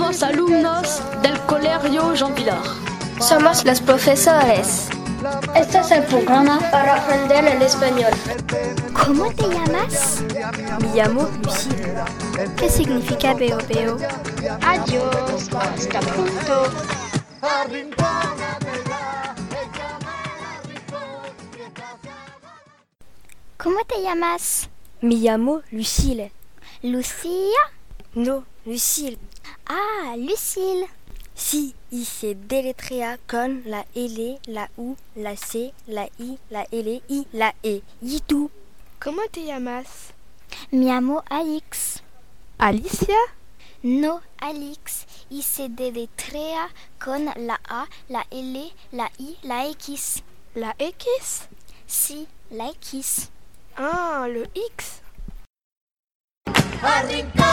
los alumnos del Colegio Jean Pilar. Somos los profesores. Este es el programa para aprender el español. ¿Cómo te llamas? Me llamo Lucía. ¿Qué significa veo veo? Adiós, hasta pronto. ¿Cómo te llamas? Me llamo Lucille. ¿Lucía? No, Lucille. Ah, Lucille. Si, y se deletrea con la L, la U, la C, la I, la L, I, la E. Y tú. ¿Cómo te llamas? Me llamo Alix. ¿Alicia? No, Alix. Y se deletrea con la A, la L, la I, la X. ¿La X? Si, la X. Ah, le X. ¡Arriba!